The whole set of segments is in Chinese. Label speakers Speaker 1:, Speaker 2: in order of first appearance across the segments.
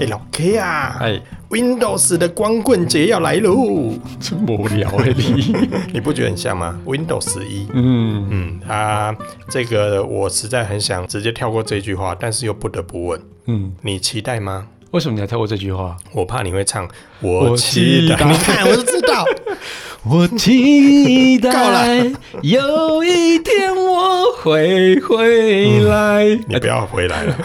Speaker 1: 哎、老 K 啊，
Speaker 2: 哎，
Speaker 1: Windows 的光棍节要来喽！
Speaker 2: 真无聊哎、你。
Speaker 1: 你不觉得很像吗？Windows 一，
Speaker 2: 嗯，
Speaker 1: 嗯，啊，这个我实在很想直接跳过这句话，但是又不得不问，
Speaker 2: 嗯，
Speaker 1: 你期待吗？
Speaker 2: 为什么你要跳过这句话？
Speaker 1: 我怕你会唱，
Speaker 2: 我
Speaker 1: 我期
Speaker 2: 期
Speaker 1: 待。
Speaker 2: 待
Speaker 1: 你看，我就知 道，
Speaker 2: 我期
Speaker 1: 够
Speaker 2: 待
Speaker 1: 了
Speaker 2: 有一天我会回来。
Speaker 1: 你不要回来了。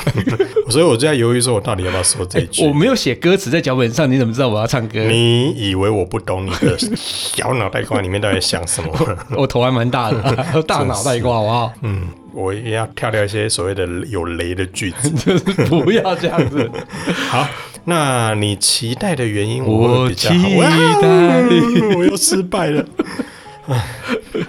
Speaker 1: 所以我就在犹豫，说我到底要不要说这句。
Speaker 2: 哎我没有写歌词在脚本上，你怎么知道我要唱歌？
Speaker 1: 你以为我不懂你的小脑袋瓜里面到底想什么？
Speaker 2: 我头还蛮大的、 大脑袋瓜，好不好？
Speaker 1: 嗯，我也要跳掉一些所谓的有雷的句子。
Speaker 2: 就是不要这样 子。
Speaker 1: 好，那你期待的原因
Speaker 2: 我
Speaker 1: 我会比较好
Speaker 2: 期
Speaker 1: 哇
Speaker 2: 待
Speaker 1: 哦我又失败了。 唉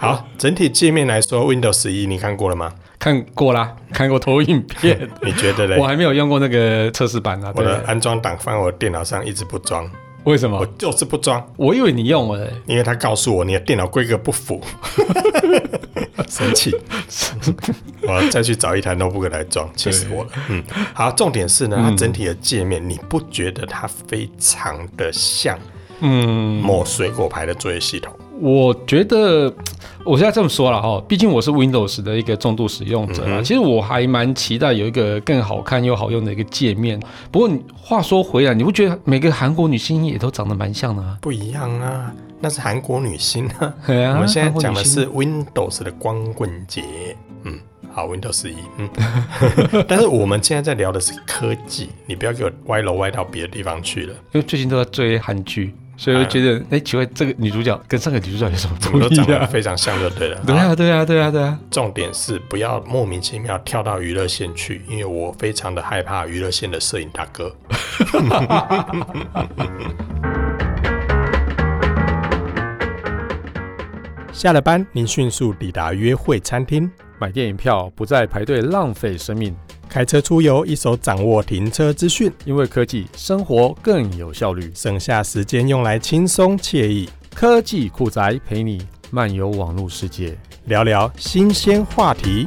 Speaker 1: 好，整体界面来说，Windows 一你看过了吗？
Speaker 2: 看过啦，看过投影 片，
Speaker 1: 你觉得嘞
Speaker 2: 我？还没有用过那个测试版啊。
Speaker 1: 我
Speaker 2: 对，
Speaker 1: 的安装档放我电脑上一直不装，
Speaker 2: 为什
Speaker 1: 我
Speaker 2: 么？
Speaker 1: 就是不装，
Speaker 2: 我以为你用了、
Speaker 1: 因为他告诉我你的电脑规格不符， 生 气。我再去找一台 notebook 来装，气死我了。嗯，好，重点是
Speaker 2: 嗯
Speaker 1: 呢，它整体的界面，你不觉得它非常的像
Speaker 2: 嗯，
Speaker 1: 某水果牌的作业系统？
Speaker 2: 我觉得我现在这么说了哈，毕竟我是 Windows 的一个重度使用者啊。其实我还蛮期待有一个更好看又好用的一个界面。不过你话说回来，你不觉得每个韩国女星也都长得蛮像的 吗？
Speaker 1: 不一样啊，那是韩国女星啊。
Speaker 2: 对啊
Speaker 1: 我们现在讲
Speaker 2: 韩国
Speaker 1: 的
Speaker 2: 女星
Speaker 1: 是 Windows 的光棍节，嗯，好，Windows 一，嗯， 但是我们现在在聊的是科技，你不要给我歪楼歪到别的地方去了，
Speaker 2: 因为最近都在追韩剧，所以我觉得，哎、奇怪，这个女主角跟上个女主角有什么
Speaker 1: 我
Speaker 2: 不
Speaker 1: 们都
Speaker 2: 一
Speaker 1: 长得
Speaker 2: 样？
Speaker 1: 非常像就 对了。
Speaker 2: 对
Speaker 1: 好
Speaker 2: 啊，对啊，对啊，对啊，
Speaker 1: 重点是不要莫名其妙跳到娱乐线去，因为我非常的害怕娱乐线的摄影大 哥。下了班，您迅速抵达约会餐厅，
Speaker 2: 买电影票不再排队浪费生命，
Speaker 1: 开车出游，一手掌握停车资讯，
Speaker 2: 因为科技生活更有效率。
Speaker 1: 省下时间用来轻松惬意
Speaker 2: 科技酷宅陪你漫游网络世界。
Speaker 1: 聊聊新鲜话题。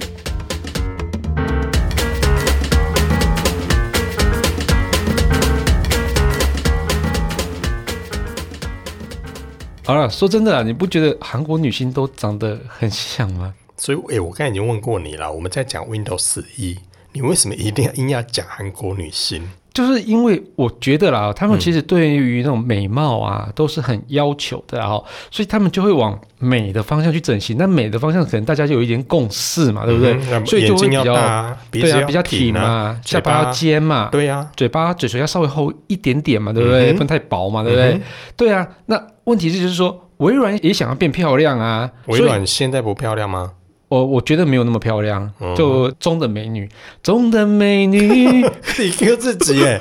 Speaker 2: 好了，说真的啊，你不觉得韩国女星都长得很像吗？
Speaker 1: 所以，诶、我刚才已经问过你了，我们在讲 Windows 一，你为什么一定要硬要讲韩国女星？
Speaker 2: 就是因为我觉得啦，他们其实对于那种美貌啊，都是很要求的啊，所以他们就会往美的方向去整形。那美的方向可能大家就有一点共识嘛，对不对？
Speaker 1: 嗯那
Speaker 2: 所以就
Speaker 1: 眼
Speaker 2: 会
Speaker 1: 睛
Speaker 2: 比
Speaker 1: 要
Speaker 2: 较
Speaker 1: 大啊，鼻
Speaker 2: 对
Speaker 1: 子
Speaker 2: 啊，
Speaker 1: 要
Speaker 2: 比较
Speaker 1: 挺
Speaker 2: 嘛，
Speaker 1: 啊，
Speaker 2: 下
Speaker 1: 嘴
Speaker 2: 巴要
Speaker 1: 巴
Speaker 2: 尖嘛，
Speaker 1: 对呀，
Speaker 2: 嘴巴嘴唇要稍微厚一点点嘛，对不
Speaker 1: 嗯
Speaker 2: 对？
Speaker 1: 哼
Speaker 2: 不能太薄嘛，对不对？
Speaker 1: 嗯哼
Speaker 2: 对啊，那问题是就是说，微软也想要变漂亮啊，
Speaker 1: 微
Speaker 2: 所以
Speaker 1: 软现在不漂亮 吗？
Speaker 2: 我我觉得没有那么漂亮，
Speaker 1: 嗯
Speaker 2: 就中等美女，中等美 女，
Speaker 1: 你 Q 自己耶，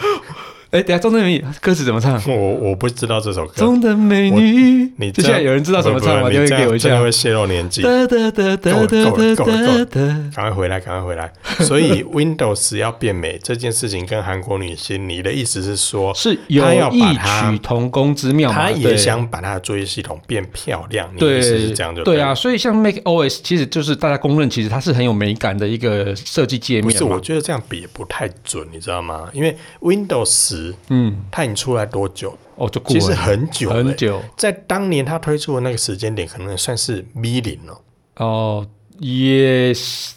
Speaker 2: 哎，等一下中等美女歌词怎么唱？
Speaker 1: 我我不知道这首歌。
Speaker 2: 中等美女，
Speaker 1: 你
Speaker 2: 就
Speaker 1: 这
Speaker 2: 现
Speaker 1: 样
Speaker 2: 在有人知道怎么唱
Speaker 1: 不
Speaker 2: 吗？
Speaker 1: 不
Speaker 2: 就
Speaker 1: 你
Speaker 2: 会
Speaker 1: 这
Speaker 2: 给
Speaker 1: 样
Speaker 2: 我一
Speaker 1: 真的
Speaker 2: 下
Speaker 1: 会。泄露年纪。
Speaker 2: 哒哒哒哒哒
Speaker 1: 够了
Speaker 2: 哒
Speaker 1: 够了
Speaker 2: 哒
Speaker 1: 够了
Speaker 2: 哒，
Speaker 1: 赶快回来，赶快回来！所以 Windows 要变美这件事情跟韩国女星，你的意思是说，
Speaker 2: 是有
Speaker 1: 他要把
Speaker 2: 异
Speaker 1: 它
Speaker 2: 曲同工之妙嘛？
Speaker 1: 她哦也
Speaker 2: 对
Speaker 1: 想把她的作业系统变漂亮？你的
Speaker 2: 对，
Speaker 1: 意思是这样就
Speaker 2: 对
Speaker 1: 了
Speaker 2: 啊，。所以像 Mac OS 其实就是大家公认，其实它是很有美感的一个设计界
Speaker 1: 不
Speaker 2: 面
Speaker 1: 是，
Speaker 2: 嘛
Speaker 1: 我。觉得这样比也不太准，你知道吗？因为 Windows 十
Speaker 2: 嗯，
Speaker 1: 它已经出来多久？
Speaker 2: 哦，就过
Speaker 1: 其实
Speaker 2: 了
Speaker 1: 很久了耶
Speaker 2: 很久
Speaker 1: 在当年它推出的那个时间点，可能也算是 V 零了。
Speaker 2: 哦，也是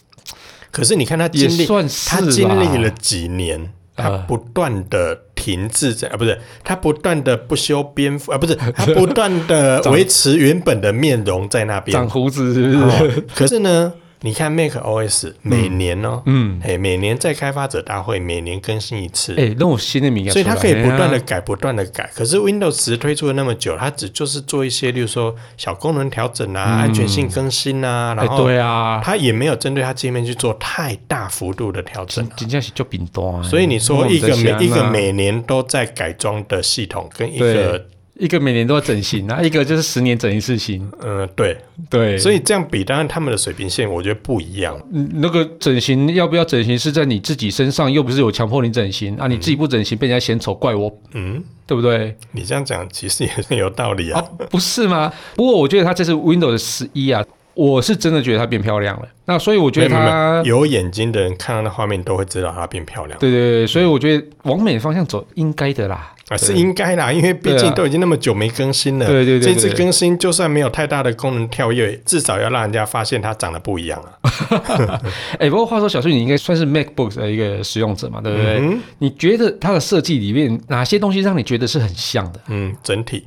Speaker 1: 可是你看它
Speaker 2: 也
Speaker 1: 经历，
Speaker 2: 算是
Speaker 1: 它经历
Speaker 2: 啦
Speaker 1: 了几年，它
Speaker 2: 呃
Speaker 1: 不断的停滞在啊，不是，它不断的不修边幅啊， 不是，它不断的维持原本的面容在那边。
Speaker 2: 长
Speaker 1: 哦
Speaker 2: 胡子是不是？
Speaker 1: 可是呢，你看 Mac OS 每年哦，
Speaker 2: 嗯，
Speaker 1: 哎，每年在开发者大会每年更新一次。
Speaker 2: 哎，让我心里敏感出
Speaker 1: 所以
Speaker 2: 来，
Speaker 1: 它可以不断
Speaker 2: 哎
Speaker 1: 的
Speaker 2: 呀
Speaker 1: 改，不断的改。可是 Windows 十推出了那么久，它只就是做一些，例如说小功能调整啊、安全性更新啊，然
Speaker 2: 嗯哎，
Speaker 1: 后
Speaker 2: 对啊，
Speaker 1: 它也没有针对它界面去做太大幅度的调整啊
Speaker 2: 真。真正是就饼多。
Speaker 1: 所以你说
Speaker 2: 那我们
Speaker 1: 一
Speaker 2: 在
Speaker 1: 个每
Speaker 2: 想啊
Speaker 1: 一个每年都在改装的系统，跟一
Speaker 2: 对
Speaker 1: 个
Speaker 2: 一个每年都要整形，然后一个就是十年整一次形，
Speaker 1: 嗯、对，
Speaker 2: 对，
Speaker 1: 所
Speaker 2: 以
Speaker 1: 以这样比，当然他们的水平线我觉得不一样。
Speaker 2: 那个整形要不要整形是在你自己身上，又不是有强迫你整形啊，你自己不整形被人家嫌丑，怪我，
Speaker 1: 嗯，
Speaker 2: 对不对？
Speaker 1: 你这样讲其实也是有道理啊。
Speaker 2: 不是吗？不过我觉得它这次 Windows 十一啊，我是真的觉得它变漂亮了。那所以我觉
Speaker 1: 没
Speaker 2: 得
Speaker 1: 有没有没
Speaker 2: 它
Speaker 1: 有，有眼睛的人看到那画面都会知道它变漂亮
Speaker 2: 对对对，所以我觉得往美的方向走应该的啦。
Speaker 1: 啊，
Speaker 2: 对
Speaker 1: 是应该啦，因为毕
Speaker 2: 对
Speaker 1: 竟
Speaker 2: 啊
Speaker 1: 都已经那么久没更新了。
Speaker 2: 对对对对
Speaker 1: 这次
Speaker 2: 对
Speaker 1: 更新就算没有太大的功能跳跃，至少要让人家发现它长得不一样啊。
Speaker 2: 哎、不过话说，小旭，你应该算是 MacBook 的一个使用者嘛，对不对？
Speaker 1: 嗯
Speaker 2: 你觉得它的设计里面哪些东西让你觉得是很像的？
Speaker 1: 嗯，整体，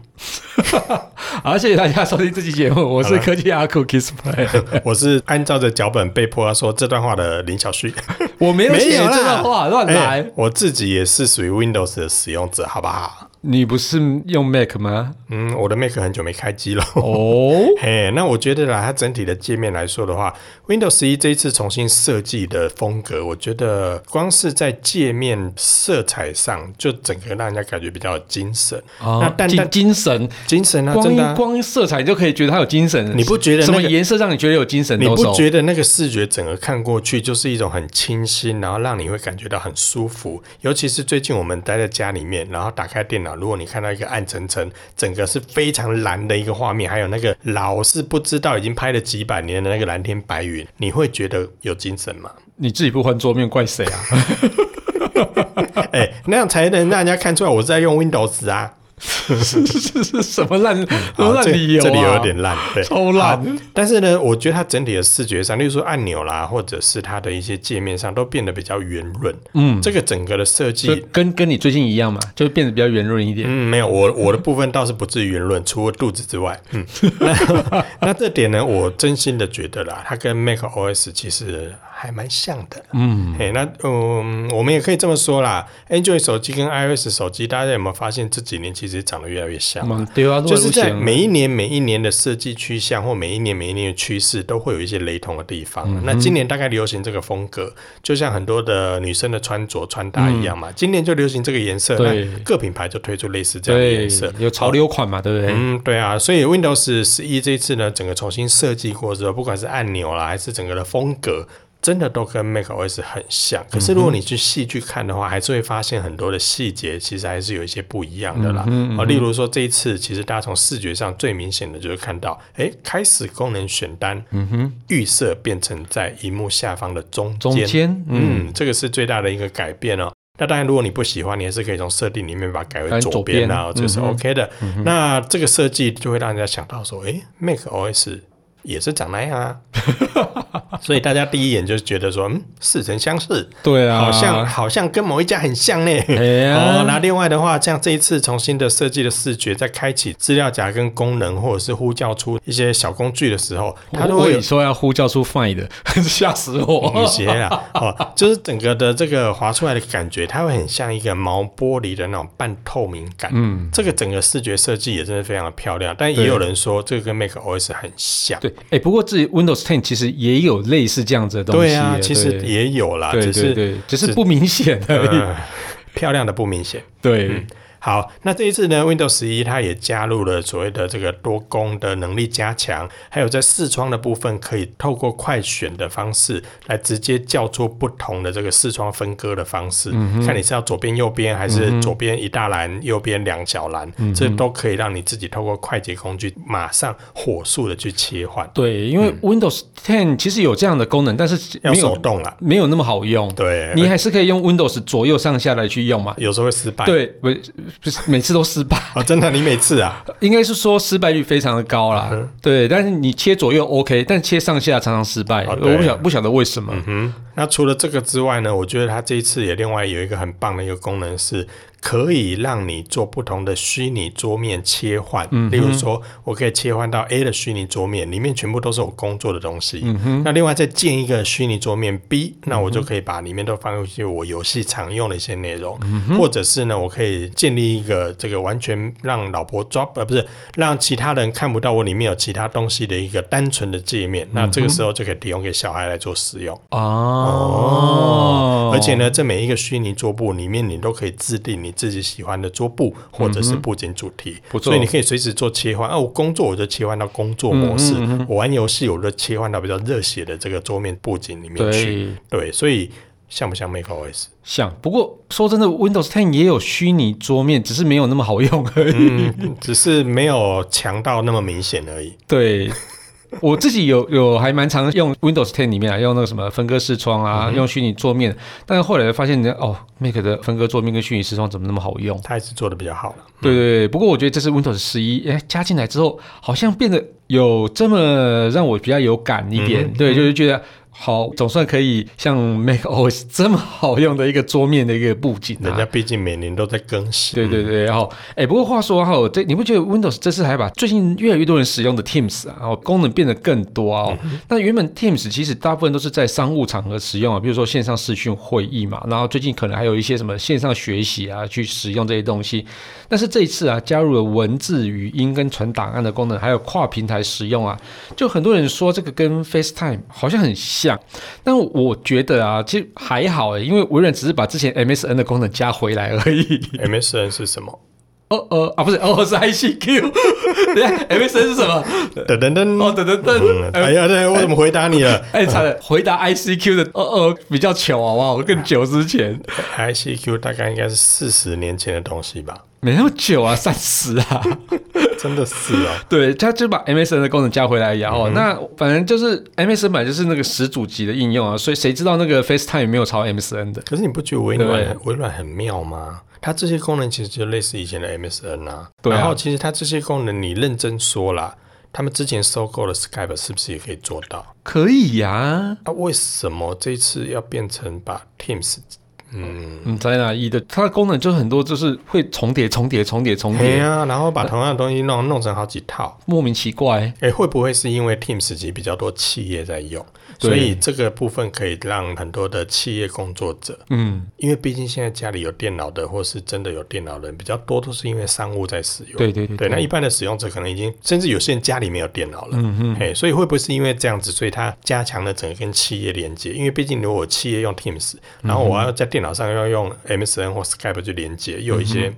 Speaker 2: 好，谢谢大家收听这期节目，我是科技阿酷 Kiss Play，
Speaker 1: 我是按照着脚本被迫要说这段话的林小旭。
Speaker 2: 我 没有写这
Speaker 1: 啦
Speaker 2: 段话，乱来。
Speaker 1: 哎我自己也是属于 Windows 的使用者，好不好？
Speaker 2: 你不是用 Mac 吗？
Speaker 1: 嗯，我的 Mac 很久没开机了。
Speaker 2: 哦，
Speaker 1: 嘿，那我觉得啦，它整体的界面来说的话，Windows 十一这一次重新设计的风格，我觉得光是在界面色彩上，就整个让人家感觉比较有精神。那
Speaker 2: 啊，
Speaker 1: 但
Speaker 2: 精
Speaker 1: 但
Speaker 2: 精神，
Speaker 1: 精神啊，
Speaker 2: 光
Speaker 1: 真的啊、
Speaker 2: 光色彩你就可以觉得它有精神。
Speaker 1: 你不觉得
Speaker 2: 什
Speaker 1: 那
Speaker 2: 么
Speaker 1: 个？
Speaker 2: 颜色让你觉得有精神？
Speaker 1: 你不
Speaker 2: Dozo？
Speaker 1: 觉得那个视觉整个看过去就是一种很清新，然后让你会感觉到很舒服？尤其是最近我们待在家里面，然后打开电脑，如果你看到一个暗沉沉、整个是非常蓝的一个画面，还有那个老是不知道已经拍了几百年的那个蓝天白云，你会觉得有精神吗？
Speaker 2: 你自己不换桌面怪谁啊？
Speaker 1: 哎、那样才能让人家看出来我是在用 Windows 啊。
Speaker 2: 是是是什么烂
Speaker 1: 好
Speaker 2: 烂
Speaker 1: 这
Speaker 2: 理由啊？
Speaker 1: 这里有点烂，对，
Speaker 2: 超烂
Speaker 1: 好。但是呢，我觉得它整体的视觉上，例如说按钮啦，或者是它的一些界面上，都变得比较圆润。嗯，这个整个的设
Speaker 2: 就
Speaker 1: 计。
Speaker 2: 跟跟你最近一样嘛，就变得比较圆润一点。
Speaker 1: 嗯，没有，我我的部分倒是不至于圆润，除了肚子之外。 嗯，那 那这点呢，我真心的觉得啦，它跟 Mac OS 其实还蛮像的。嗯，嘿，那嗯，我们也可以这么说啦，Android 手机跟 iOS 手机，大家有没有发现这几年其实长得越来越像？
Speaker 2: 嘛，对啊，
Speaker 1: 就是
Speaker 2: 这
Speaker 1: 在
Speaker 2: 样。
Speaker 1: 每一年每一年的设计趋向或每一年每一年的趋势都会有一些雷同的地方。啊
Speaker 2: 嗯
Speaker 1: 那今年大概流行这个风格，就像很多的女生的穿着穿搭一样嘛，今年就流行这个颜色，
Speaker 2: 嗯对
Speaker 1: 那各品牌就推出类似这样的
Speaker 2: 对
Speaker 1: 颜色。，
Speaker 2: 有潮流款嘛，对不对？
Speaker 1: 嗯，对啊，所以 Windows 十一这一次呢，整个重新设计过之后，不管是按钮啦，还是整个的风格，真的都跟 macOS 很像。可是如果你去细去看的话，还是会发现很多的细节，其实还是有一些不一样的啦。哦，例如说这一次，其实大家从视觉上最明显的就是看到，哎，开始功能选单，嗯哼，预设变成在荧幕下方的中
Speaker 2: 中
Speaker 1: 间，
Speaker 2: 间，嗯，
Speaker 1: 嗯，这个是最大的一个改变哦。那当然，如果你不喜欢，你还是可以从设定里面把它改
Speaker 2: 改
Speaker 1: 为
Speaker 2: 左
Speaker 1: 左边
Speaker 2: 边
Speaker 1: 啊，这是
Speaker 2: 嗯哼
Speaker 1: OK 的。那这个设计就会让人家想到说，诶 m a c OS 也是长那样啊， 所以大家第一眼就觉得说，嗯，似曾相识，
Speaker 2: 对啊，
Speaker 1: 好像好像跟某一家很像呢。
Speaker 2: 哎呀
Speaker 1: 哦，那另外的话，像这一次重新的设计的视觉，在开启资料夹跟功能，或者是呼叫出一些小工具的时候，它都
Speaker 2: 哦我
Speaker 1: 会有
Speaker 2: 你说要呼叫出 Find，吓 死
Speaker 1: 雨
Speaker 2: 我！
Speaker 1: 鞋啊， 哦，就是整个的这个滑出来的感觉，它会很像一个毛玻璃的那种半透明感。嗯，这个整个视觉设计也真的非常的漂亮，但也有人说这个跟 Mac OS 很像。
Speaker 2: 对，哎，不过至于 Windows 10其实也有类似这样子的东西
Speaker 1: 对
Speaker 2: 耶，
Speaker 1: 啊，其实
Speaker 2: 对
Speaker 1: 也有啦，
Speaker 2: 对
Speaker 1: 只
Speaker 2: 对
Speaker 1: 是
Speaker 2: 对，只是不明显而 已。
Speaker 1: 呃漂亮的不明显。嗯
Speaker 2: 对，
Speaker 1: 好，那这一次呢，Windows 十一它也加入了所谓的这个多功的能力加强，还有在视窗的部分可以透过快选的方式来直接叫出不同的这个视窗分割的方式，
Speaker 2: 嗯
Speaker 1: 看你是要左边右边还是左边一大栏，右边两小栏，
Speaker 2: 嗯
Speaker 1: 这都可以让你自己透过快捷工具马上火速的去切换，
Speaker 2: 对，因为 Windows 10其实有这样的功能，但是
Speaker 1: 嗯要
Speaker 2: 没
Speaker 1: 手
Speaker 2: 有
Speaker 1: 动啦，
Speaker 2: 没有那么好用。
Speaker 1: 对，
Speaker 2: 你还是可以用 Windows 左右上下来去用嘛。
Speaker 1: 有时候会失败，
Speaker 2: 对，不不是每次都失败。
Speaker 1: 啊，真的，你每次啊，
Speaker 2: 应该是说失败率非常的高
Speaker 1: 嗯
Speaker 2: 啦，对，但是你切左右 OK，但切上下常常失败，
Speaker 1: 哦对
Speaker 2: 我不晓不晓得为什么。
Speaker 1: 嗯，那除了这个之外呢，我觉得它这一次也另外有一个很棒的一个功能是。可以让你做不同的虚拟桌面切换，例如说，我可以切换到 A 的虚拟桌面，里面全部都是我工作的东西。那另外再建一个虚拟桌面 B，那我就可以把里面都放入一些我游戏常用的一些内容，或者是呢，我可以建立一个这个完全让老婆抓呃不是让其他人看不到我里面有其他东西的一个单纯的界面。那这个时候就可以提供给小孩来做使用。
Speaker 2: 啊哦，
Speaker 1: 而且呢，这每一个虚拟桌布里面，你都可以制定你自己喜欢的桌布或者是布景主题，
Speaker 2: 嗯不错
Speaker 1: 所以你可以随时做切换。哦、我工作我就切换到工作模式，
Speaker 2: 嗯
Speaker 1: 我玩游戏我就切换到比较热血的这个桌面布景里面去。
Speaker 2: 对，
Speaker 1: 对，所以像不像 macOS？
Speaker 2: 像不过说真的，Windows 10也有虚拟桌面，只是没有 那么好用而已。
Speaker 1: 嗯，只是没有强到那么明显而已。
Speaker 2: 对，我自己有有还蛮常用 Windows 10里面啊，用那个什么分割视窗啊，
Speaker 1: 嗯
Speaker 2: 用虚拟桌面，但是后来发现人家哦，Mac 的分割桌面跟虚拟视窗怎么那么好用？
Speaker 1: 它还是做的比较好了。
Speaker 2: 对对对，不过我觉得这是 Windows 十一，哎，加进来之后，好像变得有这么让我比较有感一点。对，就是觉得好，总算可以像 Mac OS 这么好用的一个桌面的一个布景
Speaker 1: 人家
Speaker 2: 啊。
Speaker 1: 毕竟每年都在更新，
Speaker 2: 对对对，然后哎，不过话说哈，这你不觉得 Windows 这次还把最近越来越多人使用的 Teams 啊，然后功能变得更多啊、哦？那原本 Teams 其实大部分都是在商务场合使用啊，比如说线上视讯会议嘛，然后最近可能还有一些什么线上学习啊，去使用这些东西。但是这一次啊，加入了文字、语音跟传档案的功能，还有跨平台使用啊，就很多人说这个跟 FaceTime 好像很像，但我觉得啊，其实还好诶、因为微软只是把之前 MSN 的功能加回来而已。
Speaker 1: MSN 是什么？
Speaker 2: 哦哦啊，不是哦，是 ICQ。等一 下，MSN 是什么？
Speaker 1: 噔噔噔！
Speaker 2: 哦，等等等
Speaker 1: 嗯，，哎呀，对，我怎么回答你了
Speaker 2: 哎，惨了，回答 ICQ 的哦哦比较糗好不好？更久之前
Speaker 1: ？ICQ 大概应该是四十年前的东西吧？
Speaker 2: 没那么久啊，三十啊。
Speaker 1: 真的是啊，
Speaker 2: 对，他就把 MSN 的功能加回来以
Speaker 1: 嗯
Speaker 2: 后，那反正就是 MSN 本来就是那个始祖级的应用啊，所以谁知道那个 FaceTime 有没有抄 MSN 的？
Speaker 1: 可是你不觉得微软
Speaker 2: 对
Speaker 1: 微软很妙吗？它这些功能其实就类似以前的 MSN 啊。
Speaker 2: 对啊
Speaker 1: 然后其实它这些功能，你认真说啦，他们之前收购的 Skype 是不是也可以做到？
Speaker 2: 可以呀、
Speaker 1: 那、为什么这次要变成把 Teams？嗯，
Speaker 2: 嗯，在哪一的？它的功能就是很多，就是会重叠、重叠、重叠、重
Speaker 1: 对
Speaker 2: 叠，
Speaker 1: 啊，然后把同样的东西弄弄成好几套。
Speaker 2: 莫名其怪。
Speaker 1: 哎，会不会是因为 Teams 级比较多企业在用，
Speaker 2: 对
Speaker 1: 所以这个部分可以让很多的企业工作者，
Speaker 2: 嗯，
Speaker 1: 因为毕竟现在家里有电脑的，或是真的有电脑的人比较多，都是因为商务在使用。
Speaker 2: 对对对
Speaker 1: 对，那一般的使用者可能已经，甚至有些人家里没有电脑了，嗯嗯，嘿，所以会不会是因为这样子，所以它加强了整个跟企业连接？因为毕竟如果企业用 Teams，然后我要在电脑上要用 MSN 或 Skype 去连接，又有一些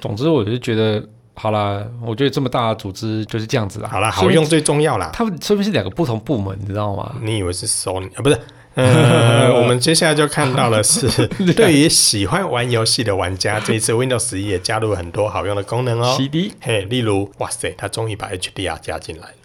Speaker 2: 总之我就觉得，好啦，我觉得这么大的组织就是这样子啦。
Speaker 1: 好啦，
Speaker 2: 说
Speaker 1: 好
Speaker 2: 明
Speaker 1: 用，最重要啦。
Speaker 2: 他们说明是两个不同部门，你知道吗？
Speaker 1: 哦你以为是 Sony 啊？不是。呃，我们接下来就看到的是，对于喜欢玩游戏的玩家，这一次 Windows 十一也加入了很多好用的功能哦。
Speaker 2: CD
Speaker 1: 嘿，例如，哇塞，他终于把 HDR 加进来了。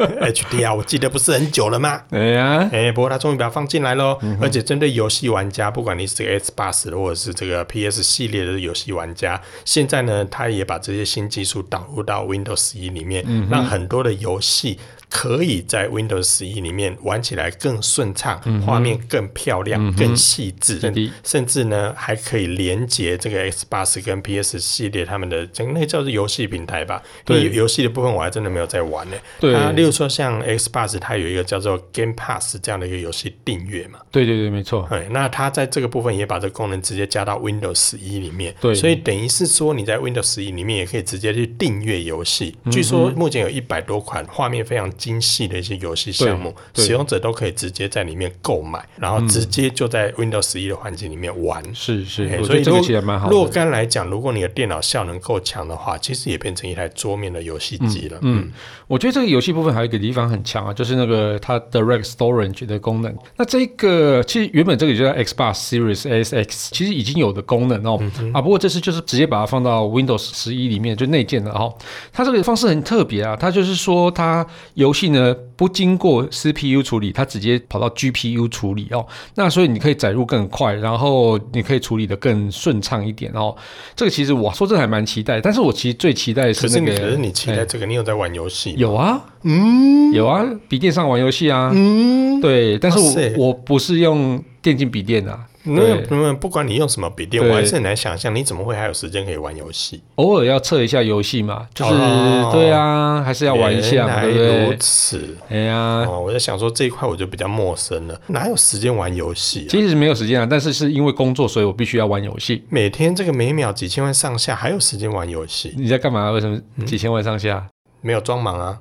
Speaker 1: HDR 我记得不是很久了吗？
Speaker 2: 哎呀，
Speaker 1: 哎、不过它终于把它放进来喽、
Speaker 2: 嗯
Speaker 1: 而且针对游戏玩家，不管你是 S 八十或者是这个 PS 系列的游戏玩家，现在呢，它也把这些新技术导入到 Windows 十一里面、
Speaker 2: 嗯
Speaker 1: 让很多的游戏可以在 Windows 十一里面玩起来更顺畅，
Speaker 2: 嗯
Speaker 1: 画、面更漂亮、更细致，
Speaker 2: 是的
Speaker 1: 甚至呢还可以连接这个 X 八十跟 PS 系列他们的，这那个叫做游戏平台吧。
Speaker 2: 对
Speaker 1: 因为游戏的部分我还真的没有在玩呢、
Speaker 2: 对
Speaker 1: 它例如说像 Xbox，它有一个叫做 Game Pass 这样的一个游戏订阅嘛，
Speaker 2: 对对对，没错。
Speaker 1: 哎，那它在这个部分也把这个功能直接加到 Windows 十一里面，
Speaker 2: 对
Speaker 1: 所以等于是说你在 Windows 十一里面也可以直接去订阅游戏。
Speaker 2: 嗯
Speaker 1: 据说目前有一百多款画面非常精细的一些游戏项目，
Speaker 2: 对对
Speaker 1: 使用者都可以直接在里面购买，然后直接就在 Windows 十一的环境里面玩。
Speaker 2: 是嗯是
Speaker 1: 哎，
Speaker 2: 我觉
Speaker 1: 所以
Speaker 2: 得这个
Speaker 1: 若
Speaker 2: 其实还蛮好
Speaker 1: 若
Speaker 2: 的。
Speaker 1: 干来讲，如果你的电脑效能够强的话，其实也变成一台桌面的游戏机了。嗯，
Speaker 2: 我觉得这个游戏部分还有一个地方很强啊，就是那个它 Direct Storage 的功能。那这个其实原本这个就叫 Xbox Series SX，其实已经有的功能
Speaker 1: 嗯
Speaker 2: 哦、啊，不过这次就是直接把它放到 Windows 十一里面就内建了哦。它这个方式很特别啊，它就是说它游戏呢不经过 CPU 处理，它直接跑到 GPU 处理哦。那所以你可以载入更快，然后你可以处理的更顺畅一点哦。这个其实我说真的还蛮期待，但是我其实最期待的
Speaker 1: 可
Speaker 2: 是
Speaker 1: 是
Speaker 2: 那
Speaker 1: 你
Speaker 2: 个
Speaker 1: 可是你期
Speaker 2: 哎
Speaker 1: 待这个，你有在玩游戏吗？
Speaker 2: 有啊，嗯，有啊，笔电上玩游戏啊，嗯，对，但是
Speaker 1: 哇塞
Speaker 2: 我我不是用电竞笔电啊，
Speaker 1: 那
Speaker 2: 对，
Speaker 1: 那不管你用什么笔电，
Speaker 2: 对
Speaker 1: 我还是很难想象你怎么会还有时间可以玩游戏。
Speaker 2: 偶尔要测一下游戏嘛，就是、
Speaker 1: 哦
Speaker 2: 对啊，还是要玩一下嘛，对不
Speaker 1: 原来如
Speaker 2: 对？
Speaker 1: 此。
Speaker 2: 哎呀，
Speaker 1: 哦，我在想说这一块我就比较陌生了，哪有时间玩游戏、啊？
Speaker 2: 其实没有时间啊，但是是因为工作，所以我必须要玩游戏。
Speaker 1: 每天这个每秒几千万上下，还有时间玩游戏？
Speaker 2: 你在干嘛？为什么
Speaker 1: 嗯
Speaker 2: 几千万上下？
Speaker 1: 没有装忙啊？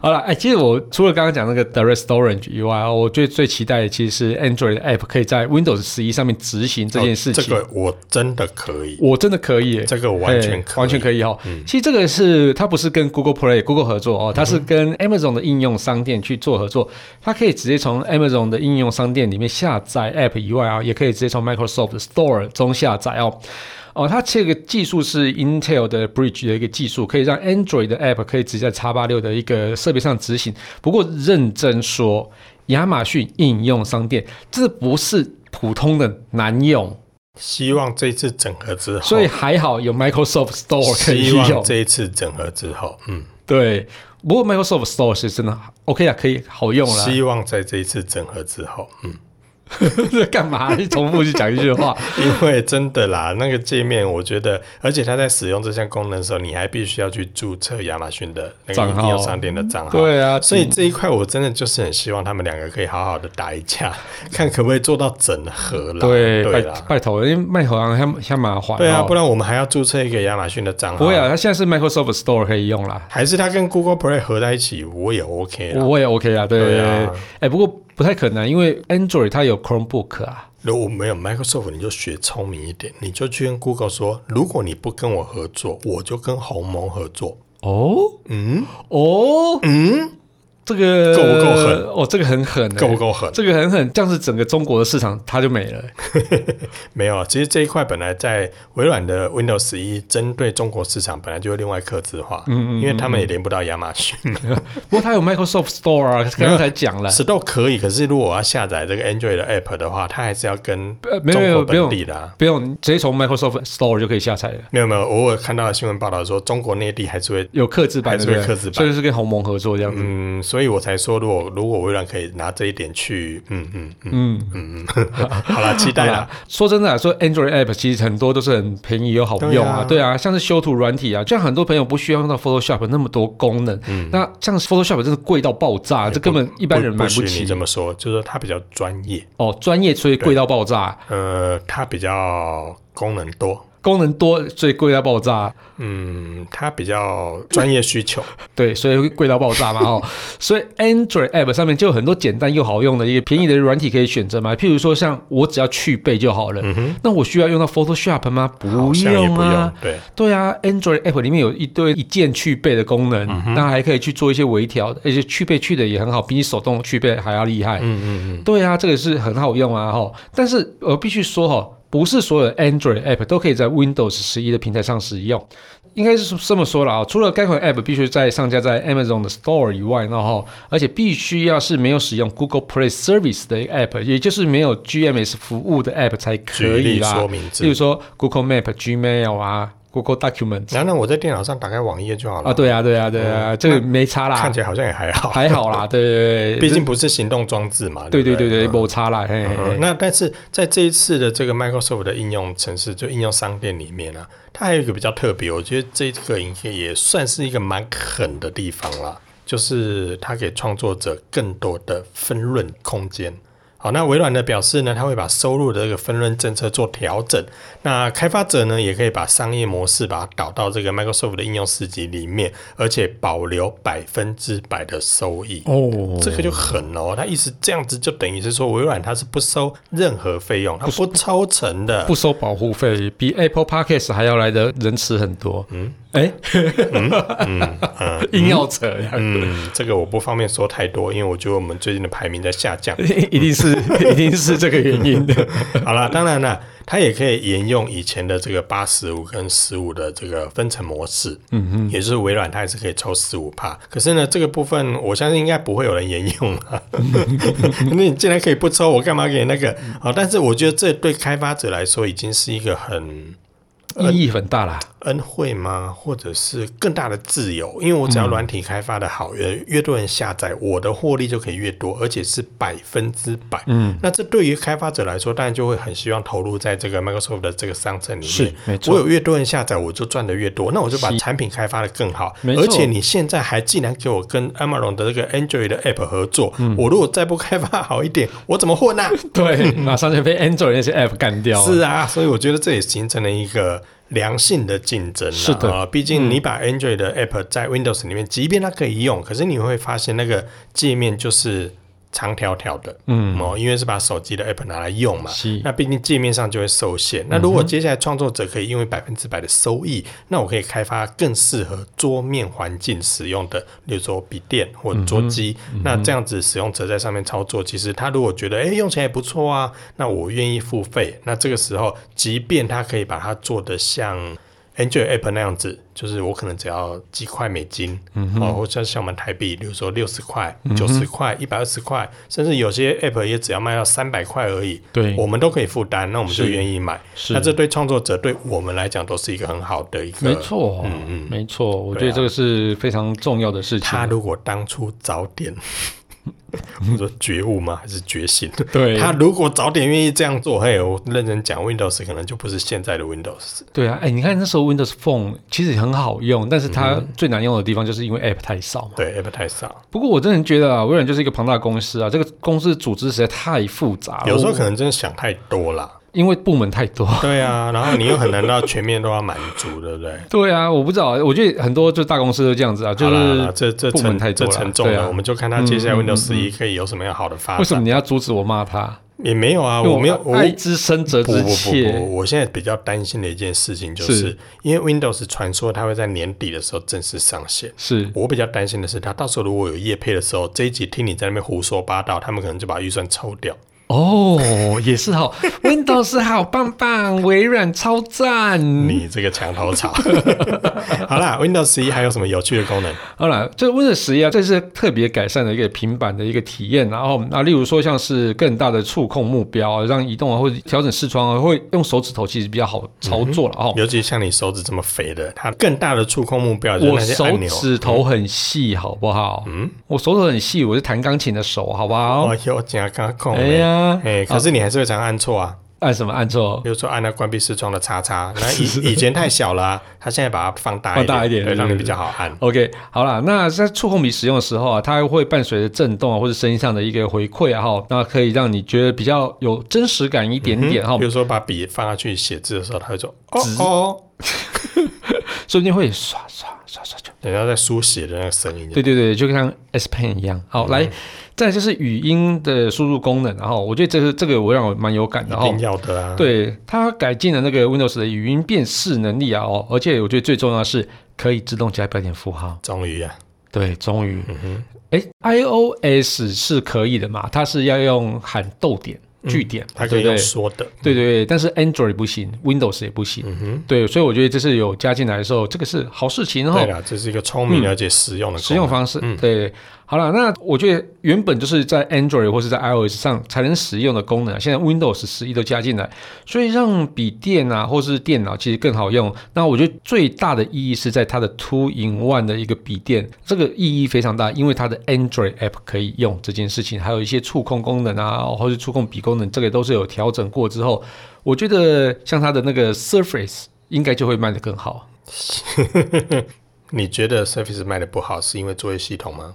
Speaker 2: 好了，哎，其实我除了刚刚讲那个 Direct Storage 以外啊，我最最期待的其实是 Android 的 App 可以在 Windows 十一上面执行这件事情。
Speaker 1: 哦这个我真的可以，
Speaker 2: 我真的可以耶、
Speaker 1: 这个我完全
Speaker 2: 哎
Speaker 1: 可以嗯
Speaker 2: 完全可以哦。其实这个是它不是跟 Google Play、Google 合作哦，它是跟 Amazon 的应用商店去做合作。它可以直接从 Amazon 的应用商店里面下载 App 以外啊，也可以直接从 Microsoft Store 中下载哦。哦，它这个技术是 Intel 的 Bridge 的一个技术，可以让 Android 的 App 可以直接在 x 八六的一个设备上执行。不过认真说，亚马逊应用商店这不是普通的难用，
Speaker 1: 希望这次整合之后，
Speaker 2: 所以还好有 Microsoft Store 可以
Speaker 1: 希
Speaker 2: 用
Speaker 1: 望。这一次整合之后，嗯，
Speaker 2: 对，不过 Microsoft Store 是真的 OK 啊，可以好用啦。
Speaker 1: 希望在这一次整合之后，嗯，
Speaker 2: 这 干嘛重复去讲一 句话？
Speaker 1: 因为真的啦，那个界面我觉得，而且它在使用这项功能的时候，你还必须要去注册亚马逊的那个
Speaker 2: 账号
Speaker 1: 应用商店的账号，
Speaker 2: 对啊，
Speaker 1: 所以这一块我真的就是很希望他们两个可以好好的打一架， 看可不可以做到整合啦。
Speaker 2: 对
Speaker 1: 对
Speaker 2: 拜
Speaker 1: 啦，
Speaker 2: 拜托，因为卖头像像像麻烦哦。
Speaker 1: 对啊，不然我们还要注册一个亚马逊的账号。
Speaker 2: 不会啊，它现在是 Microsoft Store 可以用啦。
Speaker 1: 还是它跟 Google Play 合在一起，我也 OK 啦。
Speaker 2: 我也 OK 啊，对对
Speaker 1: 对
Speaker 2: 对。
Speaker 1: 啊
Speaker 2: 哎、不过不太可能，因为 Android 它有 Chromebook 啊。
Speaker 1: 如果没有 Microsoft，你就学聪明一点，你就去跟 Google 说，如果你不跟我合作，我就跟鸿蒙合作。
Speaker 2: 哦
Speaker 1: 嗯
Speaker 2: 哦，
Speaker 1: 嗯，
Speaker 2: 这个
Speaker 1: 够不够狠？
Speaker 2: 哦，这个很狠、欸，
Speaker 1: 够不？够狠？
Speaker 2: 这个很狠，这样子整个中国的市场它就没了、
Speaker 1: 没有，啊，其实这一块本来在微软的 Windows 十一针对中国市场本来就会另外刻字化，嗯因为他们也连不到亚马逊。
Speaker 2: 嗯不过它有 Microsoft Store 啊，刚刚才讲 了。
Speaker 1: Store 可以，可是如果我要下载这个 Android 的 App 的话，它还是要跟
Speaker 2: 呃没有没
Speaker 1: 中
Speaker 2: 有
Speaker 1: 国
Speaker 2: 不用
Speaker 1: 本地的、啊。
Speaker 2: 不用，你直接从 Microsoft Store 就可以下载了，
Speaker 1: 没有没有，偶尔看到的新闻报道说，中国内地还是会，
Speaker 2: 有刻字版
Speaker 1: 还
Speaker 2: 的，
Speaker 1: 是
Speaker 2: 对
Speaker 1: 会
Speaker 2: 不对
Speaker 1: 刻字版
Speaker 2: 所以就是跟鸿蒙合作这样子。
Speaker 1: 嗯，所以我才说，如果如果微软可以拿这一点去，嗯嗯嗯嗯嗯，好 啦，期待
Speaker 2: 好
Speaker 1: 啦
Speaker 2: 啦。，说真的啊，说 Android app 其实很多都是很便宜又好用啊，对
Speaker 1: 对
Speaker 2: 啊，像是修图软体啊，像很多朋友不需要用到 Photoshop 那么多功能，那像 Photoshop 真的贵到爆炸，这根本一般人
Speaker 1: 嗯
Speaker 2: 买
Speaker 1: 哎不许
Speaker 2: 起
Speaker 1: 你这么说，就是说它比较专业，
Speaker 2: 哦，专业所以贵到爆炸，
Speaker 1: 呃，它比较功能多，
Speaker 2: 功能多所以贵到爆炸，
Speaker 1: 嗯，它比较专业需求。
Speaker 2: 对，所以会贵到爆 炸嘛，哦，所以 Android app 上面就有很多简单又好用的一个便宜的软体可以选择嘛，譬如说像我只要去背就好了，那我需要用到 Photoshop 吗？不
Speaker 1: 嗯好像也
Speaker 2: 用
Speaker 1: 不
Speaker 2: 啊
Speaker 1: 用，，对，
Speaker 2: 对啊，Android app 里面有一堆一键去背的功能，
Speaker 1: 嗯
Speaker 2: 那、还可以去做一些微调，而且去背去的也很好，比你手动去背还要厉害。
Speaker 1: 嗯嗯嗯，
Speaker 2: 对啊，这个是很好用啊哈。但是我必须说哈，不是所有的 Android app 都可以在 Windows 十一的平台上使用。应该是这么说了啊，除了该款 App 必须在上架在 Amazon 的 Store 以外，然后而且必须要是没有使用 Google Play Service 的 App，也就是没有 GMS 服务的 App 才可
Speaker 1: 举
Speaker 2: 以
Speaker 1: 例
Speaker 2: 啦。
Speaker 1: 说明
Speaker 2: 例如
Speaker 1: 字。
Speaker 2: 说 Google Map、Gmail 啊、Google Document
Speaker 1: 然后呢，我在电脑上打开网页就好了嗯
Speaker 2: 啊，。对啊，对啊，对啊，这个没差啦
Speaker 1: 看，起来好像也还好，
Speaker 2: 还好啦，对对对，
Speaker 1: 毕竟不是行动装置嘛。
Speaker 2: 对
Speaker 1: 对
Speaker 2: 对
Speaker 1: 不
Speaker 2: 对对，
Speaker 1: 嗯
Speaker 2: 没差啦，嘿嘿
Speaker 1: 嗯
Speaker 2: 嘿，
Speaker 1: 那但是在这一次的这个 Microsoft 的应用城市，就应用商店里面啊，它还有一个比较特别，我觉得这个应该也算是一个蛮狠的地方啦，就是它给创作者更多的分润空间。好，那微软的表示呢，它会把收入的这个分润政策做调整。那开发者呢，也可以把商业模式把它导到这个 Microsoft 的应用市集里面，而且保留百分之百的收益。
Speaker 2: 哦
Speaker 1: 这个就狠哦，他意思这样子就等于是说，微软它是不收任何费用，它不抽成的
Speaker 2: 不。收保护费，比 Apple Podcast 还要来的仁慈很多。嗯， 哎， 硬要扯，。
Speaker 1: 嗯，这个我不方便说太多，因为我觉得我们最近的排名在下降
Speaker 2: 一定是一定是这个原 因的。
Speaker 1: 好了，当然了，它也可以沿用以前的这个八十五跟十五的这个分成模式。嗯嗯，也就是微软它也是可以抽十五帕，可是呢，这个部分我相信应该不会有人 沿用 了。那你既然可以不抽，我干嘛给那个？好，但是我觉得这对开发者来说已经是一个很嗯
Speaker 2: 意义很大啦，
Speaker 1: 恩惠吗？或者是更大的自由？因为我只要软体开发的好，越、
Speaker 2: 嗯
Speaker 1: 越多人下载，我的获利就可以越多，而且是百分之百。嗯，那这对于开发者来说，当然就会很希望投入在这个 Microsoft 的这个商城里面。
Speaker 2: 是没错
Speaker 1: 我有越多人下载，我就赚的越多，那我就把产品开发的更好。
Speaker 2: 没错
Speaker 1: 而且你现在还竟然给我跟 Amazon 的这个 Android 的 App 合作，
Speaker 2: 嗯
Speaker 1: 我如果再不开发好一点，我怎么混啊？
Speaker 2: 对，马上就被 Android 那些 App 干掉了。
Speaker 1: 是啊，所以我觉得这也形成了一个良性的竞争啦
Speaker 2: 是的嗯
Speaker 1: 啊，毕竟你把 Android 的 App 在 Windows 里面，即便它可以用，可是你会发现那个界面就是长条条的，
Speaker 2: 嗯
Speaker 1: 哦，因为是把手机的 app 拿来用嘛
Speaker 2: 是，
Speaker 1: 那毕竟界面上就会受限。那如果接下来创作者可以因为百分之百的收益，那我可以开发更适合桌面环境使用的，例如说笔电或桌机。那这样子使用者在上面操作，其实他如果觉得哎、诶用起来也不错啊，那我愿意付费。那这个时候，即便他可以把它做的像 Android App 那样子，就是我可能只要几块美金，哦，或者像我们台币，比如说六十块、九十块、一百二十块，甚至有些 App 也只要卖到三百块而已，
Speaker 2: 对
Speaker 1: 我们都可以负担，那我们就是愿意买。
Speaker 2: 是
Speaker 1: 那这对创作者对我们来讲都是一个很好的一个。
Speaker 2: 没错，
Speaker 1: 嗯
Speaker 2: 没错，我觉得这个是非常重要的事情
Speaker 1: 啊他。如果当初早 点，我说觉悟吗？还是觉醒？
Speaker 2: 对
Speaker 1: 他如果早点愿意这样做，嘿，我认真讲，Windows 可能就不是现在的 Windows。
Speaker 2: 对啊，哎、你
Speaker 1: 嗯
Speaker 2: 看那时候 Windows Phone 其实很好用，但是它最难用的地方就是因为 App 太少嘛。
Speaker 1: 对，App 太少，
Speaker 2: 不过我真的觉得啊，微软就是一个庞大的公司啊，这个公司组织实在太复杂了，
Speaker 1: 有时候可
Speaker 2: 我
Speaker 1: 能真的想太多啦。
Speaker 2: 因为部门太多。
Speaker 1: 对啊，然后你又很难到全面都要满足，对不对？
Speaker 2: 对啊，我不知道，我觉得很多就大公司都这样子啊， 就
Speaker 1: 好啦好啦
Speaker 2: 是
Speaker 1: 这这
Speaker 2: 部门
Speaker 1: 沉
Speaker 2: 太
Speaker 1: 这
Speaker 2: 多了
Speaker 1: 沉重
Speaker 2: 对
Speaker 1: 了，
Speaker 2: 啊嗯
Speaker 1: 我们就看他接下来 Windows 十一可以有什么样好的发展。
Speaker 2: 为什么你要阻止我骂他？
Speaker 1: 也没有啊？
Speaker 2: 因为
Speaker 1: 我没有，我
Speaker 2: 爱之深责
Speaker 1: 不
Speaker 2: 之
Speaker 1: 不不
Speaker 2: 切。
Speaker 1: 不，我现在比较担心的一件事情就是，
Speaker 2: 是
Speaker 1: 因为 Windows 传说它会在年底的时候正式上线。
Speaker 2: 是
Speaker 1: 我比较担心的是，它到时候如果有业配的时候，这一集听你在那边胡说八道，他们可能就把预算抽掉。
Speaker 2: 哦，也是好 ，Windows 好棒棒，微软超赞。
Speaker 1: 你这个墙头草。好啦，Windows 十一还有什么有趣的功能？
Speaker 2: 好了，这 Windows 十一啊，这是特别改善的一个平板的一个体验。然后那例如说像是更大的触控目标啊，让移动啊或者调整视窗啊，会用手指头其实比较好操作了哦。
Speaker 1: 尤其像你手指这么肥的，它更大的触控目标嗯就是
Speaker 2: 我
Speaker 1: 那些
Speaker 2: 手
Speaker 1: 按钮。
Speaker 2: 指头很细，好不好？嗯，我手指头很细，我是弹钢琴的手，好不好？
Speaker 1: 哦，有加刚控。
Speaker 2: 哎呀
Speaker 1: 哎，可是你还是会常按错啊，
Speaker 2: 按什么按错？
Speaker 1: 比如说按那关闭视窗的叉 叉，那以以前太小了啊，它现在把它放大
Speaker 2: 放大一点
Speaker 1: 对，
Speaker 2: 是
Speaker 1: 让你
Speaker 2: 不
Speaker 1: 比
Speaker 2: 是
Speaker 1: 较好按。
Speaker 2: OK，好啦，那在触控笔使用的时候啊，它会伴随着震动啊或者声音上的一个回馈啊哈，那可以让你觉得比较有真实感一点点哈
Speaker 1: 比，如说把笔放下去写字的时候，它会说哦哦，
Speaker 2: 说不定会刷刷刷刷就，
Speaker 1: 人家在书写的那个声音。
Speaker 2: 对对对，就像 S Pen 一样。
Speaker 1: 嗯
Speaker 2: 好，来，再来就是语音的输入功能，然后我觉得这个这个我让我蛮有感的
Speaker 1: 一
Speaker 2: 哈。
Speaker 1: 定要的啊！，
Speaker 2: 对，它改进了那个 Windows 的语音辨识能力啊哦，而且我觉得最重要的是可以自动加标点符号。
Speaker 1: 终于啊，
Speaker 2: 对，终于，
Speaker 1: 嗯
Speaker 2: 哎、iOS 是可以的嘛？它是要用喊逗点、句点，
Speaker 1: 嗯它可
Speaker 2: 对
Speaker 1: 以
Speaker 2: 不对
Speaker 1: 用？说的，
Speaker 2: 对对对，但是 Android 不行，Windows 也不行。
Speaker 1: 嗯
Speaker 2: 对，所以我觉得这是有加进来的时候，这个是好事情
Speaker 1: 对
Speaker 2: 哦。
Speaker 1: 啦，这是一个聪明而且实用的
Speaker 2: 使用
Speaker 1: 功能嗯
Speaker 2: 方式，对，好了，那我觉得原本就是在 Android 或是在 iOS 上才能使用的功能啊，现在 Windows 十一都加进来，所以让笔电啊或是电脑其实更好用。那我觉得最大的意义是在它的 Two in One 的一个笔电，这个意义非常大，因为它的 Android App 可以用这件事情，还有一些触控功能啊，或是触控笔功能，这个都是有调整过之后，我觉得像它的那个 Surface 应该就会卖得更好。
Speaker 1: 你觉得 Surface 卖的不好是因为作业系统吗？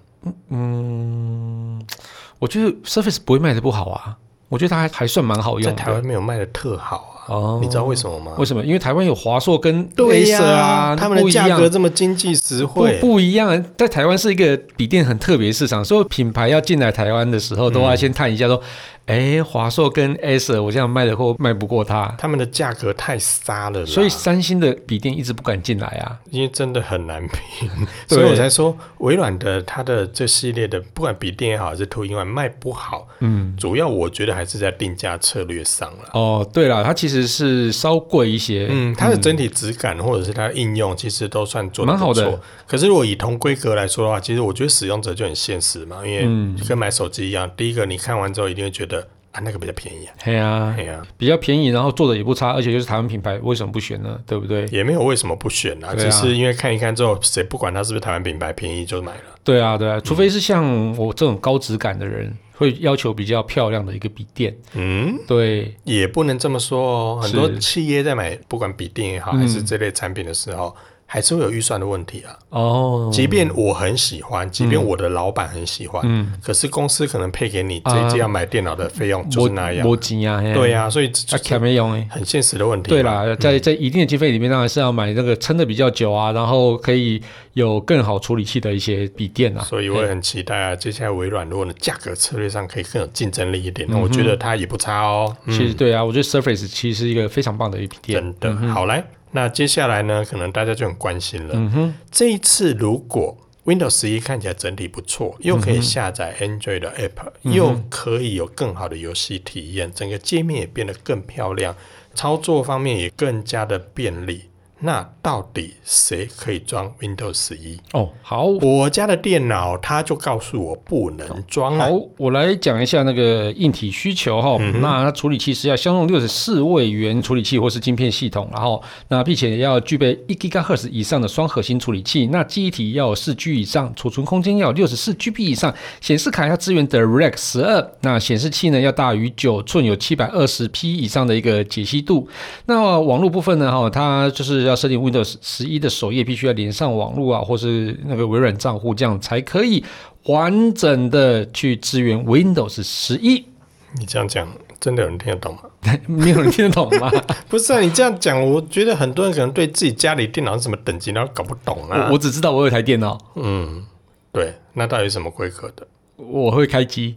Speaker 2: 我觉得 Surface 不会卖的不好啊，我觉得它还还算蛮好
Speaker 1: 在
Speaker 2: 用
Speaker 1: 台
Speaker 2: 的。
Speaker 1: 湾没有卖的特好啊，
Speaker 2: 哦
Speaker 1: 你知道为什么吗？
Speaker 2: 为什么？因为台湾有华硕跟
Speaker 1: 对呀、
Speaker 2: Acer 啊，
Speaker 1: 他
Speaker 2: 它
Speaker 1: 们
Speaker 2: 不
Speaker 1: 的
Speaker 2: 一
Speaker 1: 价
Speaker 2: 样
Speaker 1: 格。这么经济实
Speaker 2: 不
Speaker 1: 惠，
Speaker 2: 不一样，啊在台湾是一个笔电很特别市场，所以品牌要进来台湾的时候，都
Speaker 1: 嗯
Speaker 2: 要先探一下说，哎、华硕跟 Acer，我这样卖的货卖不过它，
Speaker 1: 他们的价格太杀了啦，啊
Speaker 2: 所以三星的笔电一直不敢进来啊。
Speaker 1: 因为真的很难拼，
Speaker 2: 对
Speaker 1: 所以我才说微软的它的这系列的，不管笔电也好还是 Two in One 卖不好，嗯，主要我觉得还是在定价策略上了。
Speaker 2: 哦，对了，它其实是稍贵一些，
Speaker 1: 嗯，它的整体质感或者是它的应用，其实都算做得
Speaker 2: 蛮好的
Speaker 1: 不错。可是如果以同规格来说的话，其实我觉得使用者就很现实嘛，因
Speaker 2: 嗯
Speaker 1: 为跟买手机一样，第一个你看完之后一定会觉得啊那个比较便宜啊，
Speaker 2: 嘿啊
Speaker 1: 哎，呀、
Speaker 2: 比较便宜，然后做的也不差，而且又是台湾品牌，为什么不选呢？对不对？
Speaker 1: 也没有为什么不选啊，
Speaker 2: 对
Speaker 1: 只
Speaker 2: 啊
Speaker 1: 是因为看一看之后，谁不管它是不是台湾品牌，便宜就买了。
Speaker 2: 对啊，对啊，除非是像我这种高质感的人，会要求比较漂亮的一个笔电。
Speaker 1: 嗯，
Speaker 2: 对，
Speaker 1: 也不能这么说哦。很
Speaker 2: 是嗯
Speaker 1: 多企业在买不管笔电也好，还是这类产品的时候，还是会有预算的问题啊。
Speaker 2: 哦，嗯
Speaker 1: 即便我很喜欢，即便我的老板很喜欢，可是公司可能配给你这一季要买电脑的费用就是那样，
Speaker 2: 没钱啊，嘿
Speaker 1: 对，嗯呀、所以
Speaker 2: 啊，
Speaker 1: 这
Speaker 2: 看没用哎。
Speaker 1: 很现实的问题。啊
Speaker 2: 对，啦，在在一定的经费里面，当然是要买那个撑的比较久啊，然后可以有更好处理器的一些笔电啊。
Speaker 1: 所以我也很期待啊，接下来微软如果呢价格策略上可以更有竞争力一
Speaker 2: 嗯
Speaker 1: 点，那我觉得它也不差哦。嗯
Speaker 2: 其实对啊，我觉得 Surface 其实是一个非常棒的一笔电。
Speaker 1: 真的、好来，那接下来呢，可能大家就很关心了。这一次如果 Windows 十一看起来整体不错，又可以下载 Android 的 App，、又可以有更好的游戏体验，整个界面也变得更漂亮，操作方面也更加的便利。那到底谁可以装 Windows 十一？
Speaker 2: 哦，好，
Speaker 1: 我家的电脑它就告诉我不能装啊嗯
Speaker 2: 好。，我来讲一下那个硬体需求哈、那它处理器是要骁龙六十四位元处理器或是晶片系统，然后那并且要具备一 GHz 以上的双核心处理器，那记忆体要有四 G 以上，储存空间要有六十四 GB 以上，显示卡要支援 DirectX 十二，那显示器呢要大于九寸，有七百二十 P 以上的一个解析度。那网络部分呢，哈，它就是要设定 Windows 十一的首页必须要连上网络啊，或是那个微软账户，这样才可以完整的去支援 Windows 十一。
Speaker 1: 你这样讲，真的有人听得懂吗？
Speaker 2: 没有人听得懂 吗？
Speaker 1: 不是啊，你这样讲，我觉得很多人可能对自己家里电脑是什么等级，然后搞不懂啊。
Speaker 2: 我我只知道我有台电脑，
Speaker 1: 嗯，对，那到底什么规格的？
Speaker 2: 我会开机。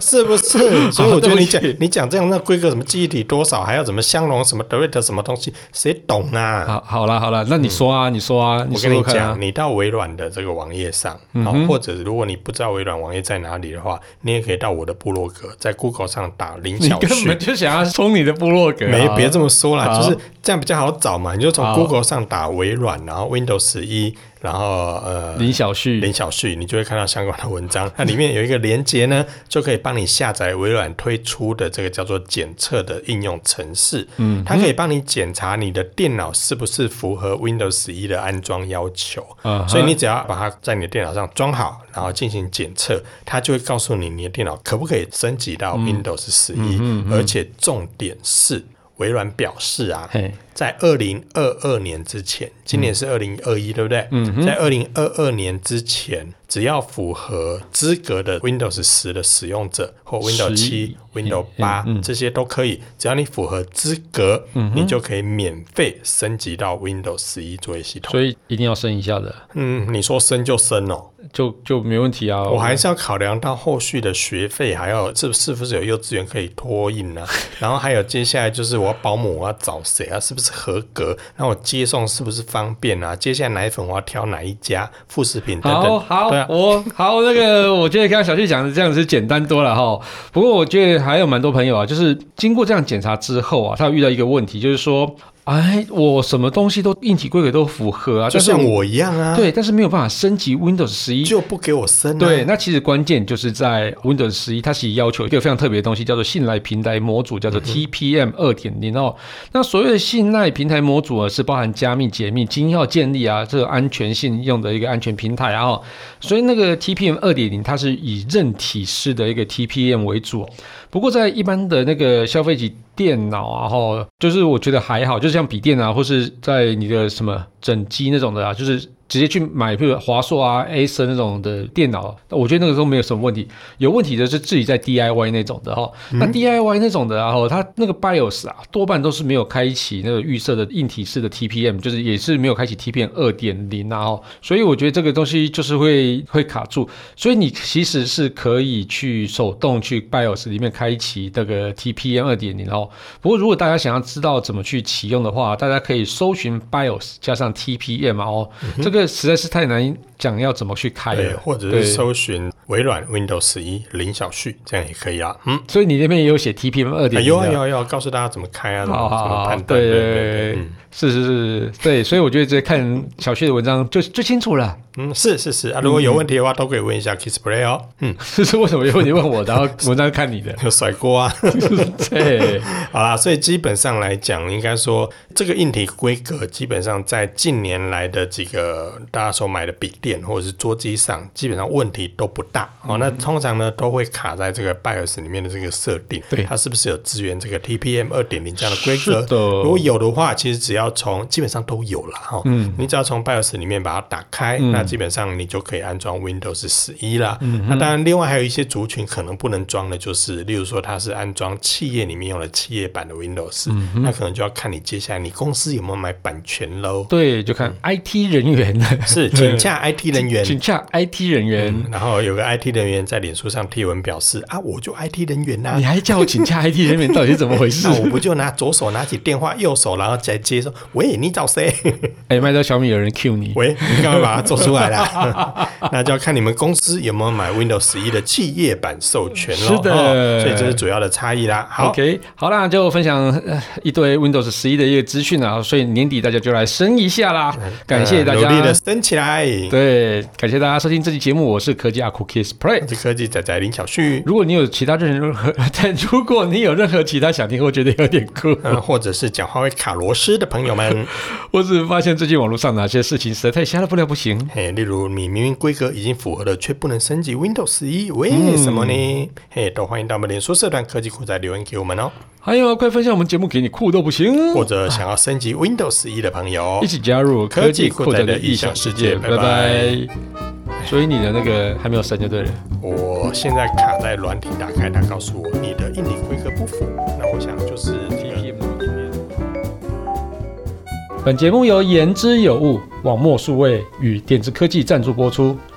Speaker 1: 是不 是？所以我觉
Speaker 2: 对
Speaker 1: 得
Speaker 2: 不
Speaker 1: 你
Speaker 2: 起
Speaker 1: 讲你讲这样，那规格什么记忆体多少，还要怎么相容什么 delete 什么东西，谁懂啊？
Speaker 2: 好，好啦，好啦，那你说
Speaker 1: 嗯
Speaker 2: 啊，你说啊，你
Speaker 1: 我
Speaker 2: 说
Speaker 1: 跟你
Speaker 2: 说看
Speaker 1: 讲，
Speaker 2: 啊。嗯
Speaker 1: 你到微软的这个网页上，好、或者如果你不知道微软网页在哪里的话，你也可以到我的部落格，在 Google 上打林
Speaker 2: 你
Speaker 1: 小
Speaker 2: 根
Speaker 1: 旭
Speaker 2: 本，就想要冲你的部落格、啊，
Speaker 1: 没，别这么说啦，
Speaker 2: 好
Speaker 1: 就是这样比较好找嘛。你就从
Speaker 2: 好
Speaker 1: Google 上打微软，然后 Windows 十一，然后呃
Speaker 2: 林小旭，
Speaker 1: 林小旭，你就会看到相关的文章。那里面有一个连接呢，就可以帮你下载微软推出的这个叫做检测的应用程式。嗯，它可以帮你检查你的电脑是不是符合 Windows 十一的安装要求。
Speaker 2: 啊哈
Speaker 1: 所以你只要把它在你的电脑上装好，然后进行检测，它就会告诉你你的电脑可不可以升级到
Speaker 2: 嗯
Speaker 1: Windows 十一、而且重点是。微软表示啊，
Speaker 2: 嘿
Speaker 1: 在二零二二年之前，今年是二零二一，对不对？嗯，在二零二二年之前，只要符合资格的 Windows 十的使用者或 Windows 七、Windows
Speaker 2: 嗯
Speaker 1: 八、这些都可以，只要你符合资格，
Speaker 2: 嗯
Speaker 1: 你就可以免费升级到 Windows 十一作业系统。
Speaker 2: 所以一定要升一下的，
Speaker 1: 嗯，你说升就升哦，
Speaker 2: 就就没问题啊。
Speaker 1: 我还是要考量到后续的学费，还有这是不是有幼稚园可以托运 呢、然后还有接下来就是我要保姆我要找谁啊？是不是合格？那我接送是不是方便啊？接下来奶粉我要挑哪一家？副食品等
Speaker 2: 好
Speaker 1: 等。
Speaker 2: 好，
Speaker 1: 对啊，
Speaker 2: 我好那个，我觉得刚刚小旭讲的这样子简单多了哈。不过我觉得还有蛮多朋友啊，就是经过这样检查之后啊，他有遇到一个问题，就是说，哎，我什么东西都硬体规格都符合啊，
Speaker 1: 就
Speaker 2: 但是
Speaker 1: 像
Speaker 2: 我
Speaker 1: 我一样啊，
Speaker 2: 对，但是没有办法升级 Windows 十一。
Speaker 1: 就不给我生、啊。
Speaker 2: 对，那其实关键就是在 Windows 十一，它其实要求一个非常特别的东西，叫做信赖平台模组，叫
Speaker 1: 嗯
Speaker 2: 做 TPM 二点零哦。那所谓的信赖平台模组啊，是包含加密、解密、精要建立啊，这个安全性用的一个安全平台啊、哦。所以那个 TPM 二点零，它是以韧体式的一个 TPM 为主哦。不过在一般的那个消费级电脑啊，吼，就是我觉得还好，就像笔电啊，或是在你的什么整机那种的啊，就是直接去买，比如华硕啊、Acer 那种的电脑，我觉得那个都没有什么问题。有问题的是自己在 DIY 那种的哈、那 DIY 那种的啊，吼它那个 BIOS 啊，多半都是没有开启那个预设的硬体式的 TPM，就是也是没有开启 TPM 二点零啊、吼所以我觉得这个东西就是会会卡住。所以你其实是可以去手动去 BIOS 里面开启这个 TPM 二点零哦。不过如果大家想要知道怎么去启用的话，大家可以搜寻 BIOS 加上 TPM 哦，
Speaker 1: 嗯
Speaker 2: 这个实在是太难讲要怎么去开
Speaker 1: 对，
Speaker 2: 了。
Speaker 1: 或者
Speaker 2: 对
Speaker 1: 是搜寻微软 Windows 十一林小旭，这样也可以啊。嗯，
Speaker 2: 所以你那边也有写 TPM 二
Speaker 1: 哎
Speaker 2: 点零
Speaker 1: 有啊
Speaker 2: 的。
Speaker 1: 有啊有啊，告诉大家怎么开啊，怎么
Speaker 2: 好
Speaker 1: 怎
Speaker 2: 哦好
Speaker 1: 么
Speaker 2: 好，
Speaker 1: 判断。
Speaker 2: 对
Speaker 1: 对嗯对
Speaker 2: 对
Speaker 1: 对
Speaker 2: 对，，是是是是，对，所以我觉得直接看小旭的文章就最清楚了。
Speaker 1: 嗯，是是是啊，如果有问题的话，都可以问一下 Kissplay 哦。嗯，
Speaker 2: 这是为什么有你问我，然后文章看你的？
Speaker 1: 有甩锅啊。
Speaker 2: 对，
Speaker 1: 好啦，所以基本上来讲，应该说这个硬体规格基本上在近年来的几个大家所买的笔电或者是桌机上，基本上问题都不大。大哦。
Speaker 2: 嗯
Speaker 1: 那通常呢都会卡在这个 BIOS 里面的这个设定，
Speaker 2: 对
Speaker 1: 它是不是有支援这个 TPM 二点零这样的规格？
Speaker 2: 是的
Speaker 1: 如果有的话，其实只要从基本上都有了哈。嗯，你只要从 BIOS 里面把它打开，
Speaker 2: 嗯
Speaker 1: 那基本上你就可以安装 Windows 十一啦。那当然，另外还有一些族群可能不能装的，就是例如说它是安装企业里面用的企业版的 Windows，、那
Speaker 2: 嗯
Speaker 1: 可能就要看你接下来你公司有没有买版权喽。
Speaker 2: 对，就看 IT 人员，
Speaker 1: 是，请假 IT 人员，
Speaker 2: 请假 IT 人员，
Speaker 1: 然后有个 IT 人员在脸书上贴文表示啊，我就 IT 人员呐、啊
Speaker 2: 你还叫我请 假 IT 人员，到底是怎么回事
Speaker 1: 那？我不就拿左手拿起电话，右手然后再接说，喂，你找谁？
Speaker 2: 哎，卖掉小米有人 Q 你，
Speaker 1: 喂，你干嘛把它做出来啦？ 那就要看你们公司有没有买 Windows 十一的企业版授权咯。
Speaker 2: 是的
Speaker 1: 哦所以这是主要的差异啦。好
Speaker 2: OK，好啦，就分享呃一堆 Windows 十一的一个资讯啊，所以年底大家就来升一下啦，感谢大
Speaker 1: 呃努力
Speaker 2: 家
Speaker 1: 的，升起来。
Speaker 2: 对，感谢大家收听这期节目，我是科技阿酷 Kiss Play
Speaker 1: 我。是科技仔仔林小旭。
Speaker 2: 如果你有其他任何， 但如果你有任何其他想听或觉得有点酷，
Speaker 1: 嗯，或者是讲话会卡螺丝的朋友们，
Speaker 2: 或是发现最近网络上哪些事情实在太瞎了不了不行，
Speaker 1: 嘿，例如你明明规格已经符合了，却不能升级 Windows 十一，为什么呢？
Speaker 2: 嗯
Speaker 1: 嘿，都欢迎到我们脸书社团科技酷仔留言给我们哦。
Speaker 2: 还有啊，快分享我们节目给你酷到不行，
Speaker 1: 或者想要升级 Windows 十一的朋友
Speaker 2: 一，起加入科技酷宅的异想世界，
Speaker 1: 科技酷宅的异想世界
Speaker 2: 拜拜。所以你的那个还没有升就对了，
Speaker 1: 我现在卡在软体打开，它告诉我你的硬体规格不符，那我想就是这个
Speaker 2: 本节目由言之有物、网墨数位与点子科技赞助播出，